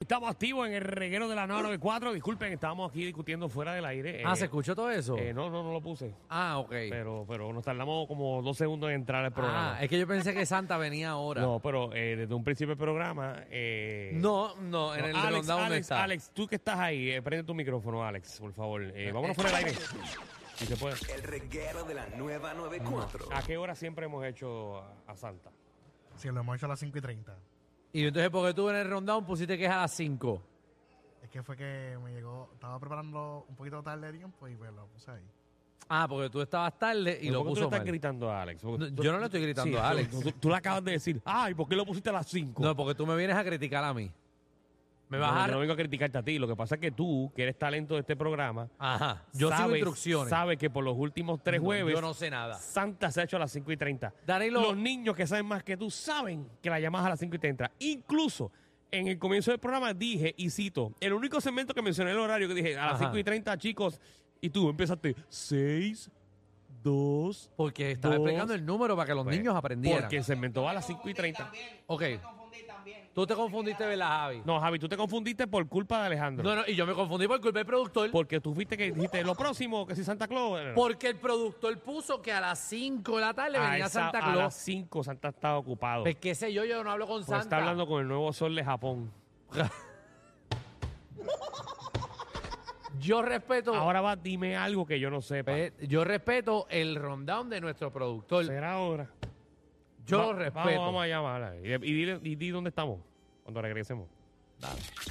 Estamos activos en el reguero de la 994. Disculpen, estábamos aquí discutiendo fuera del aire. Ah, Eh, ¿se escuchó todo eso? eh, no, no, no lo puse. ah, ok. Pero, pero nos tardamos como dos segundos en entrar al ah, programa. es que yo pensé que Santa venía ahora. no, pero eh, desde un principio del programa. eh, no, no, en no, el Alex, de Rundown no Alex, está. Alex, tú que estás ahí, eh, prende tu micrófono, Alex, por favor. Eh, vámonos fuera del aire. Si se puede. El reguero de la nueva 94. ¿A qué hora siempre hemos hecho a- a Santa? Si lo hemos hecho a las 5 y 30. Y entonces, porque tú en el rundown pusiste que es a las 5? Es que fue que me llegó, estaba preparando un poquito tarde de tiempo y pues lo puse ahí. Ah, porque tú estabas tarde y ¿Pero lo por qué tú le puso estás mal. gritando a Alex? Porque No, tú- yo no le estoy gritando a tú- Alex. Tú, tú le acabas de decir, ay, ¿por qué lo pusiste a las 5? No, porque tú me vienes a criticar a mí. Me vas No, a... yo no vengo a criticarte a ti. Lo que pasa es que tú, que eres talento de este programa, Ajá, yo sigo sabes- instrucciones. Sabes que por los últimos tres No, jueves, yo no sé nada. Santa se ha hecho a las 5 y 30. Danilo- Los niños que saben más que tú saben que la llamas a las 5 y 30. Incluso en el comienzo del programa dije, y cito, el único segmento que mencioné el horario que dije a las Ajá. 5 y 30, chicos, y tú empezaste 6, 2, Porque estaba Dos. explicando el número para que los niños aprendieran. pues, Porque el segmento va a las 5 y 30. Ok. Tú te confundiste, ¿verdad, Javi? No, Javi, tú te confundiste por culpa de Alejandro. No, no, y yo me confundí por culpa del productor. Porque tú fuiste que dijiste lo próximo, que si Santa Claus. No, no. Porque el productor puso que a las 5 de la tarde a venía esa- Santa A las Claus. 5 Santa está ocupado. Pues qué sé yo, yo no hablo con Porque Santa. está hablando con el nuevo sol de Japón. Yo respeto, Ahora va, dime algo que yo no sepa. eh, yo respeto el rundown de nuestro productor. Será ahora. Yo Va- lo respeto. Vamos, vamos a llamarla. Y, y dile- y di dónde estamos cuando regresemos.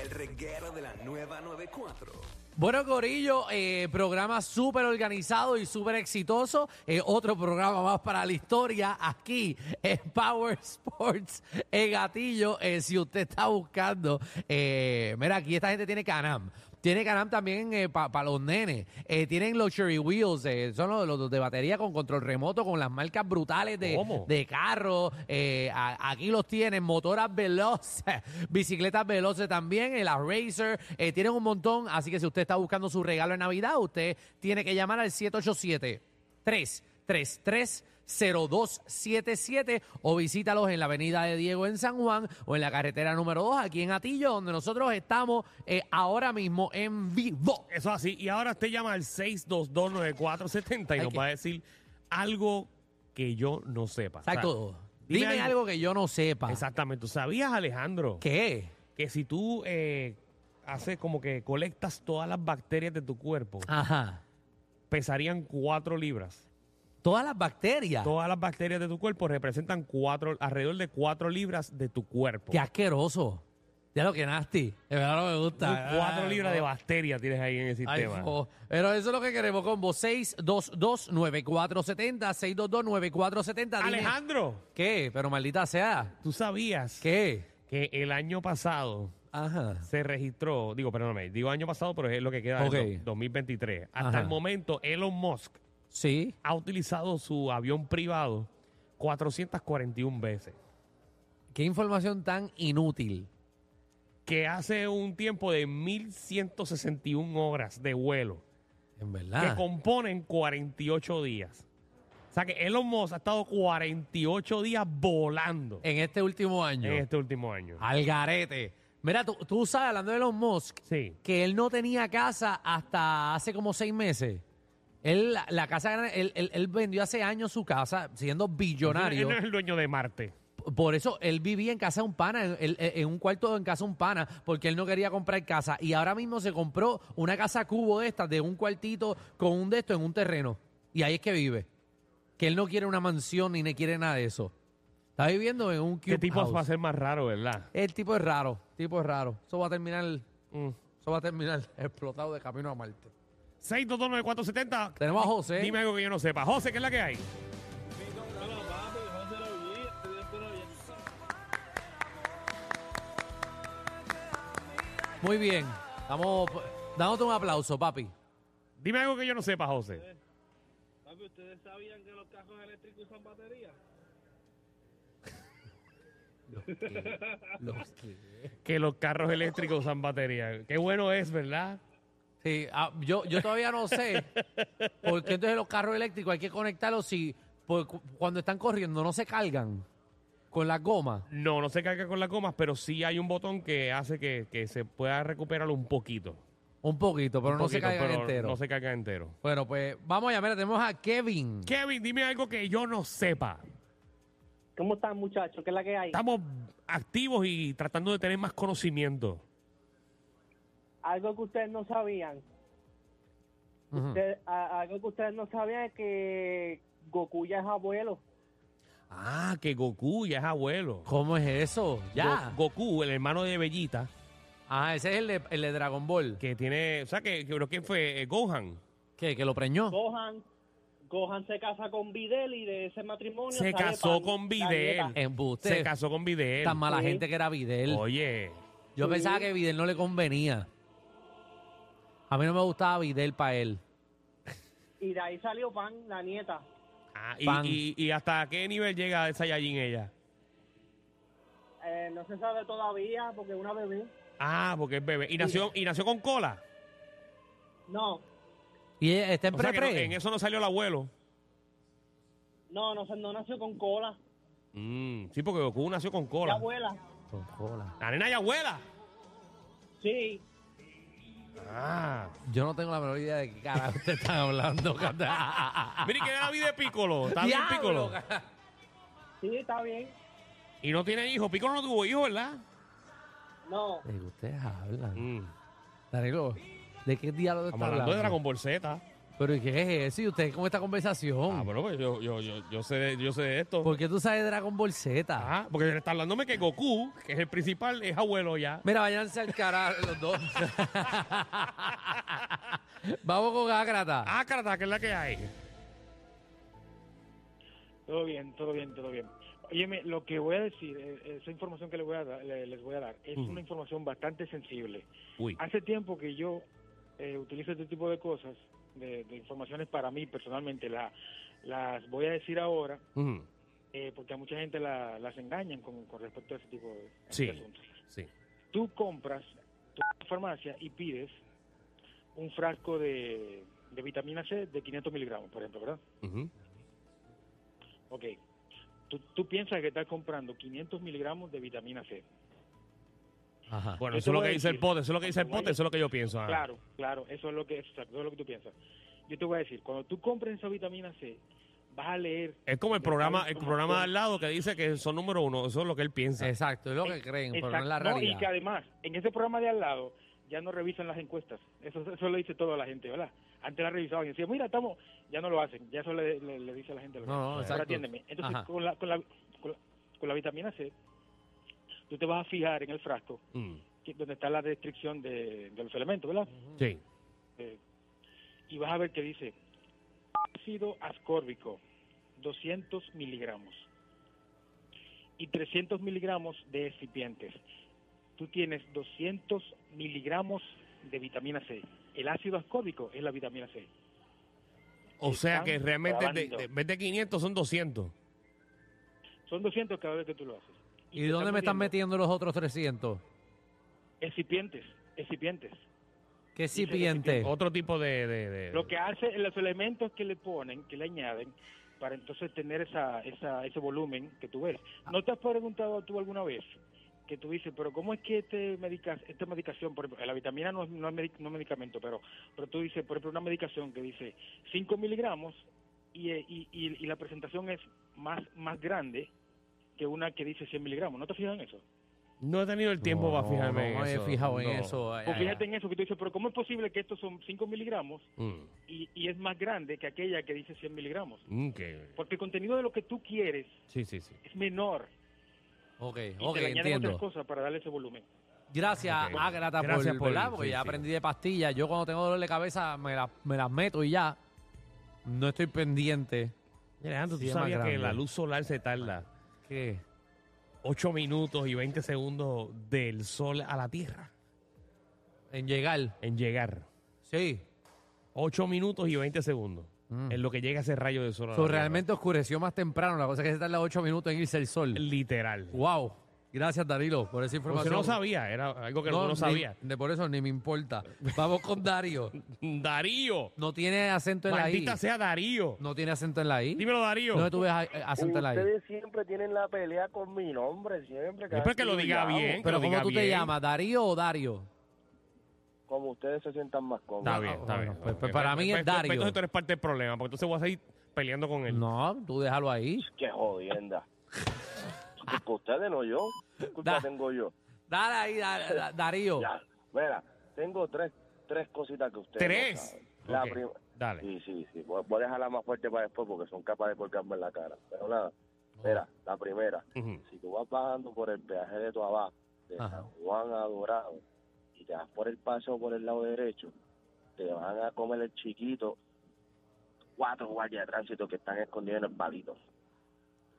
El reguero de la nueva 94. Bueno, Corillo, eh, programa súper organizado y súper exitoso. Eh, otro programa más para la historia aquí en Power Sports en Gatillo. Eh, si usted está buscando, eh, mira, aquí esta gente tiene Canam. Tiene Canam también para los nenes. Eh, tienen Luxury Wheels, eh, son los, los de batería con control remoto, con las marcas brutales de, ¿Cómo? de carro. eh, a- aquí los tienen, motoras veloces, bicicletas veloces también, eh, las Racer, eh, tienen un montón. Así que si usted está buscando su regalo en Navidad, usted tiene que llamar al 787-333. 0277 o visítalos en la avenida de Diego en San Juan o en la carretera número 2 aquí en Atillo donde nosotros estamos eh, ahora mismo en vivo. Eso es así. Y ahora usted llama al 6229470 y Ay, nos que- va a decir algo que yo no sepa. O sea, Exacto. Dime, algo que yo no sepa. Exactamente. ¿Tú sabías, Alejandro? ¿Qué? que si tú eh, haces como que colectas todas las bacterias de tu cuerpo, Ajá. pesarían 4 libras. Todas las bacterias. Todas las bacterias de tu cuerpo representan cuatro, alrededor de 4 libras de tu cuerpo. Qué asqueroso. Ya lo que nasty. De verdad no me gusta. 4 Ay, libras fo. de este bacterias tienes ahí en el Ay, sistema. fo. Pero eso es lo que queremos con vos. 622-9470. 622-9470. Dime, Alejandro, ¿Qué? Pero maldita sea. ¿tú sabías ¿Qué? que el año pasado Ajá. se registró, digo, perdóname, digo año pasado, pero es lo que queda Ok. en do- 2023. Hasta Ajá. el momento, Elon Musk Sí. ha utilizado su avión privado 441 veces. Qué información tan inútil. que hace un tiempo de 1161 horas de vuelo, En que verdad. componen 48 días. O sea que Elon Musk ha estado 48 días volando En este último año. Ah. en este último año. Al garete. Mira, tú, tú sabes, hablando de Elon Musk, Sí. que él no tenía casa hasta hace como seis meses. Él, la, la casa, grande, él, él- él vendió hace años su casa, siendo Él billonario. no es el dueño de Marte. Por eso él vivía en casa de un pana, en, en- en un cuarto en casa de un pana, porque él no quería comprar casa. Y ahora mismo se compró una casa cubo de estas, de un cuartito con un de esto en un terreno. Y ahí es que vive. Que él no quiere una mansión ni ne quiere nada de eso. Está viviendo en un ¿Qué cube tipo house. va a ser más raro, verdad? El tipo es raro, tipo es raro. Eso va a terminar, eso Mm. va a terminar explotado de camino a Marte. 6229470. Tenemos a José. Dime algo que yo no sepa. José, ¿qué es la que hay? Muy bien. Estamos dándote un aplauso, papi. Dime algo que yo no sepa, José. Eh, Papi, ¿ustedes sabían que los cajos eléctricos usan batería? Que los carros eléctricos usan batería. Qué bueno es, ¿verdad? Sí, ah, yo, yo todavía no sé por pues, qué entonces los carros eléctricos hay que conectarlos si por cu- cuando están corriendo no se cargan. con las gomas. No, no se carga con las gomas, pero sí hay un botón que hace que, que se pueda recuperar un poquito. Un poquito, pero Un no se poquito, cargan pero entero. No se carga entero. Bueno, pues vamos allá. Mira, tenemos a Kevin. Kevin, dime algo que yo no sepa. ¿Cómo están, muchachos? ¿Qué es la que hay? Estamos activos y tratando de tener más conocimiento. Algo que ustedes no sabían. Ujú. Usted- a- algo que ustedes no sabían es que Goku ya es abuelo. Ah, que Goku ya es abuelo. ¿Cómo es eso? Ya. Go- Goku, el hermano de Bellita, Ah, ese es el de, el de Dragon Ball. que tiene. O sea, que, que creo que fue eh, Gohan. ¿Qué? ¿Que lo preñó? Gohan, Gohan se casa con Videl y de ese matrimonio Se sale casó Pan- con la nieta. Videl. Embuste. Se casó con Videl. Tan mala Sí. gente que era Videl. Oye. Yo Sí. pensaba que Videl no le convenía. A mí no me gustaba Videl para él. Y de ahí salió Pan, la nieta. Ah, y, Pan. y- y hasta qué nivel llega esa Saiyajin ella? Eh, no se sabe todavía porque es una bebé. Ah, porque es bebé. Y nació, y nació con cola. No, Y eh, está en O sea, que no- pre-pre. en eso no salió el abuelo. no, no, se- no nació con cola. Mm, sí, porque Goku nació con La cola. abuela. Con cola. La nena y abuela. Sí. Ah. Yo no tengo la menor idea de qué carajo te están hablando. Cata. Mira que era de Piccolo. Está bien Diablo, Piccolo. ca- Sí, está bien. Y no tiene hijo. Piccolo no tuvo hijo, ¿verdad? No, De que ustedes hablan. Mm. Danilo, ¿de qué diálogo Estamos están hablando hablando? de Dragon Ball Z. Pero ¿y qué es eso? ¿Y ustedes con esta conversación? Ah, pero pues yo, yo, yo, yo sé, de- yo sé de esto. ¿Por qué tú sabes Dragon Ball Z? Ajá, Ah, porque está hablándome que Goku, que es el principal, es abuelo ya. Mira, váyanse al carajo los dos. Vamos con Ágrata. Ah, carata, que es la que hay. Todo bien, todo bien, todo bien. Óyeme, lo que voy a decir, eh, esa información que les voy a, dar- le- les voy a dar, es Ujú. una información bastante sensible. Uy. Hace tiempo que yo eh, utilizo este tipo de cosas, de, de informaciones para mí personalmente, la- las voy a decir ahora, Mm, eh, porque a mucha gente la- las engañan con, con respecto a ese tipo de, a Sí. este asunto. Sí. Tú compras, tú vas a la farmacia y pides un frasco de, de vitamina C de 500 miligramos, por ejemplo, ¿verdad? Ujú. Ok. Tú, tú piensas que estás comprando 500 miligramos de vitamina C. Ajá. Bueno, Yo eso te es lo voy que a dice el decir. pote, eso es lo que dice el Te voy a pote, eso es lo que yo pienso. Ah. ah. ajá. Claro, claro, eso es lo que exacto, eso es lo que tú piensas. Yo te voy a decir, cuando tú compres esa vitamina C, vas a leer Es como el Yo programa, estaba el como programa todo. de al lado que dice que son número uno, eso es lo que él piensa. Exacto, es lo que creen, pero no es la Exacto, no, realidad. y que además, en ese programa de al lado, ya no revisan las encuestas. Eso, eso lo dice toda la gente, ¿verdad? Antes la revisaban y decían, mira, estamos... Ya no lo hacen, ya eso le, le- le dice a la gente. lo que- No, no, Ahora exacto. atiéndeme. Entonces, Ajá. con la, con, la, con, la, con la vitamina C, tú te vas a fijar en el frasco Mm, que- donde está la descripción de, de los elementos, ¿verdad? Sí. Eh, y vas a ver que dice ácido ascórbico 200 miligramos y 300 miligramos de excipientes. Tú tienes 200 miligramos de vitamina C. El ácido ascórbico es la vitamina C. O sea Están que realmente de- grabando. de- en vez de 500 son 200. Son 200 cada vez que tú lo haces. ¿Y te dónde me están metiendo metiendo los otros 300? Excipientes, excipientes. ¿Qué se sipiente? Otro tipo de... de- de- Lo que hace los elementos que le ponen, que le añaden, para entonces tener esa, esa, ese volumen que tú ves. ¿No te has preguntado tú alguna vez que tú dices, pero cómo es que este medica- esta medicación, por ejemplo, la vitamina no es, no es medi- no es medicamento, pero, pero tú dices, por ejemplo, una medicación que dice 5 miligramos y, eh, y, y- y la presentación es más, más grande que una que dice 100 miligramos. ¿No te fijas en eso? No he tenido el tiempo para fijarme en eso. no me he fijado en no. eso. ay, O ay, fíjate ay. en eso que tú dices, pero cómo es posible que estos son 5 miligramos Mm, y, y es más grande que aquella que dice 100 miligramos. mm, que- Porque el contenido de lo que tú quieres Sí, sí, sí. es menor. Ok, Y ok, te le añaden otras entiendo. cosas para darle ese volumen. Gracias, Ok. Ágrata, Gracias por, por- ¿verdad? Porque sí, ya sí. aprendí de pastillas. Yo cuando tengo dolor de cabeza me, la- me las meto y ya. No estoy pendiente. Mira, Alejandro, Sí, tú es más sabías que grande. la luz solar se tarda ¿Qué? 8 minutos y 20 segundos del sol a la Tierra En llegar. en llegar. Sí. 8 minutos y 20 segundos Mm. en lo que llega ese rayo de sol a la So, Tierra. realmente oscureció más temprano. La cosa es que se tarda 8 minutos en irse el sol. Literal. Wow. Gracias, Danilo, por esa Porque información. no sabía, era algo que no, ni- sabía. de por eso ni me importa. Vamos con Darío. Darío. No tiene acento en la I. Maldita sea Darío. No tiene acento en la I. Dímelo, Darío. ¿Dónde tú ves a- eh, acento en la I? siempre tienen la pelea con mi nombre, siempre. Es porque lo diga bien. que Pero lo ¿cómo diga tú te bien. llamas? ¿Darío o Dario? Como ustedes se sientan más cómodos. Está Ah, bien, está bueno, bien. pues- pues para mí es Pues- pues Darío. Entonces tú eres parte del problema, porque entonces voy a seguir peleando con él. No, tú déjalo ahí. Qué jodienda. Culpa ustedes, no yo. Culpa Da. tengo yo. Dale ahí, da- da- Darío. Ya, mira, tengo tres, tres cositas que ustedes. no Tres. saben. La Ok, prima- Dale. Sí, sí, sí. Voy, voy a dejarla más fuerte para después porque son capaces de colgarme en la cara. Pero nada, mira, la primera. Ujú. Si tú vas bajando por el peaje de tu abajo, de Ajá. San Juan a Dorado, y te vas por el paseo por el lado derecho, te van a comer el chiquito cuatro guardias de tránsito que están escondidos en el palito.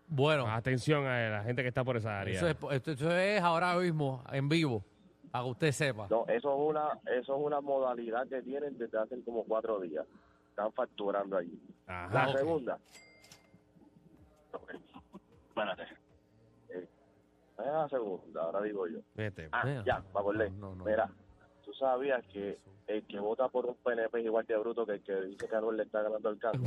Bueno, Ah, Atención a la gente que está por esa área. eso es, esto, esto es ahora mismo, en vivo, para que usted sepa. No, eso es una, eso es una modalidad que tienen desde hace como cuatro días. Están facturando allí. Ajá. La ok. segunda. Ok. Espérate. Eh, es la segunda, ahora digo yo. Vete. Ah, Mira. ya, me acordé. No, no, no. Mira, tú sabías que el que vota por un PNP es igual de bruto que el que dice que Anuel le está ganando el caso.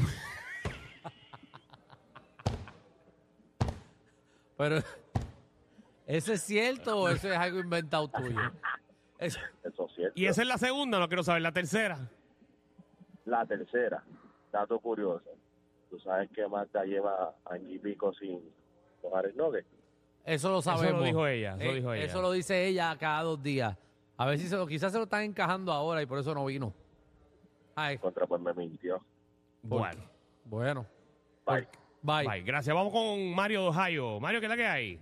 Pero, ¿eso es cierto o eso es algo inventado tuyo? Eso- Eso es cierto. Y esa es la segunda, no quiero saber la tercera. La tercera, dato curioso. Tú sabes que Marta lleva año y pico sin tocar el nogue. Eso lo lo sabemos. Eh, dijo ella, eso lo dijo ella. Eso lo dice ella cada dos días. A ver si se lo, quizás se lo están encajando ahora y por eso no vino. Ay, Contra, pues me mintió. Bueno, bueno. Bye. Bye. bye. Gracias. Vamos con Mario de Ohio. Mario, ¿qué es la que hay?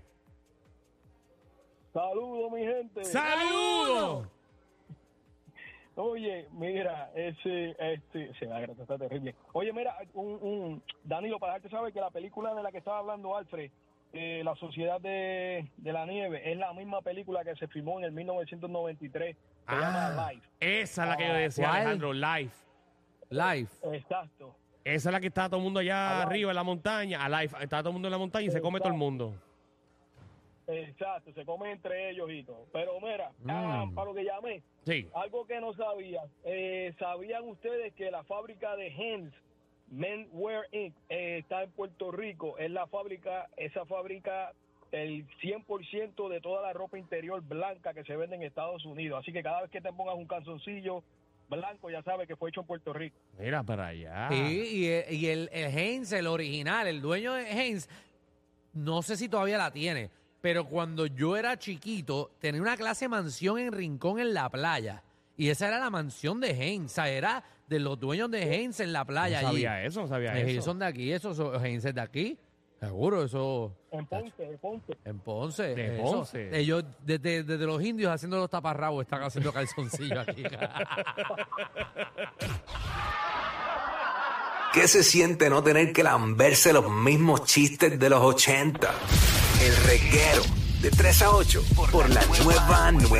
Saludos, mi gente. ¡Saludos! Oye, mira, ese, este, se la grata, está terrible. Oye, mira, un, un Danilo, para darte sabe que la película de la que estaba hablando Alfred, eh, La Sociedad de, de la Nieve, es la misma película que se filmó en el 1993, se Ah. llama Life. Esa es la que yo decía, ¿Cuál? Alejandro, live. Live. Exacto. Esa es la que está todo el mundo allá Alive. arriba en la montaña. Alive. Está todo el mundo en la montaña y se come todo el mundo. Exacto, se come entre ellos y todo. Pero mira, ah, Mm. para lo que llamé, Sí. algo que no sabía, eh, ¿sabían ustedes que la fábrica de Hens Menwear Inc. eh, está en Puerto Rico? Es la fábrica, esa fábrica, el 100% de toda la ropa interior blanca que se vende en Estados Unidos. Así que cada vez que te pongas un calzoncillo blanco, ya sabes que fue hecho en Puerto Rico. Mira para allá. Sí, y el, y el, el Heinz, el original, el dueño de Heinz, no sé si todavía la tiene, pero cuando yo era chiquito, tenía una clase de mansión en Rincón en la playa. Y esa era la mansión de Heinz, o sea, era de los dueños de Heinz en la No playa. allí. sabía eso, no sabía Eh, eso. Son de aquí, esos son- Heinz es de aquí. Seguro, eso. En Ponce, en Ponce. En Ponce. De eso. Ponce. Ellos, desde, desde los indios haciendo los taparrabos, están haciendo calzoncillos aquí. ¿Qué se siente no tener que lamberse los mismos chistes de los 80? El reguero de 3 a 8 por la nueva 9.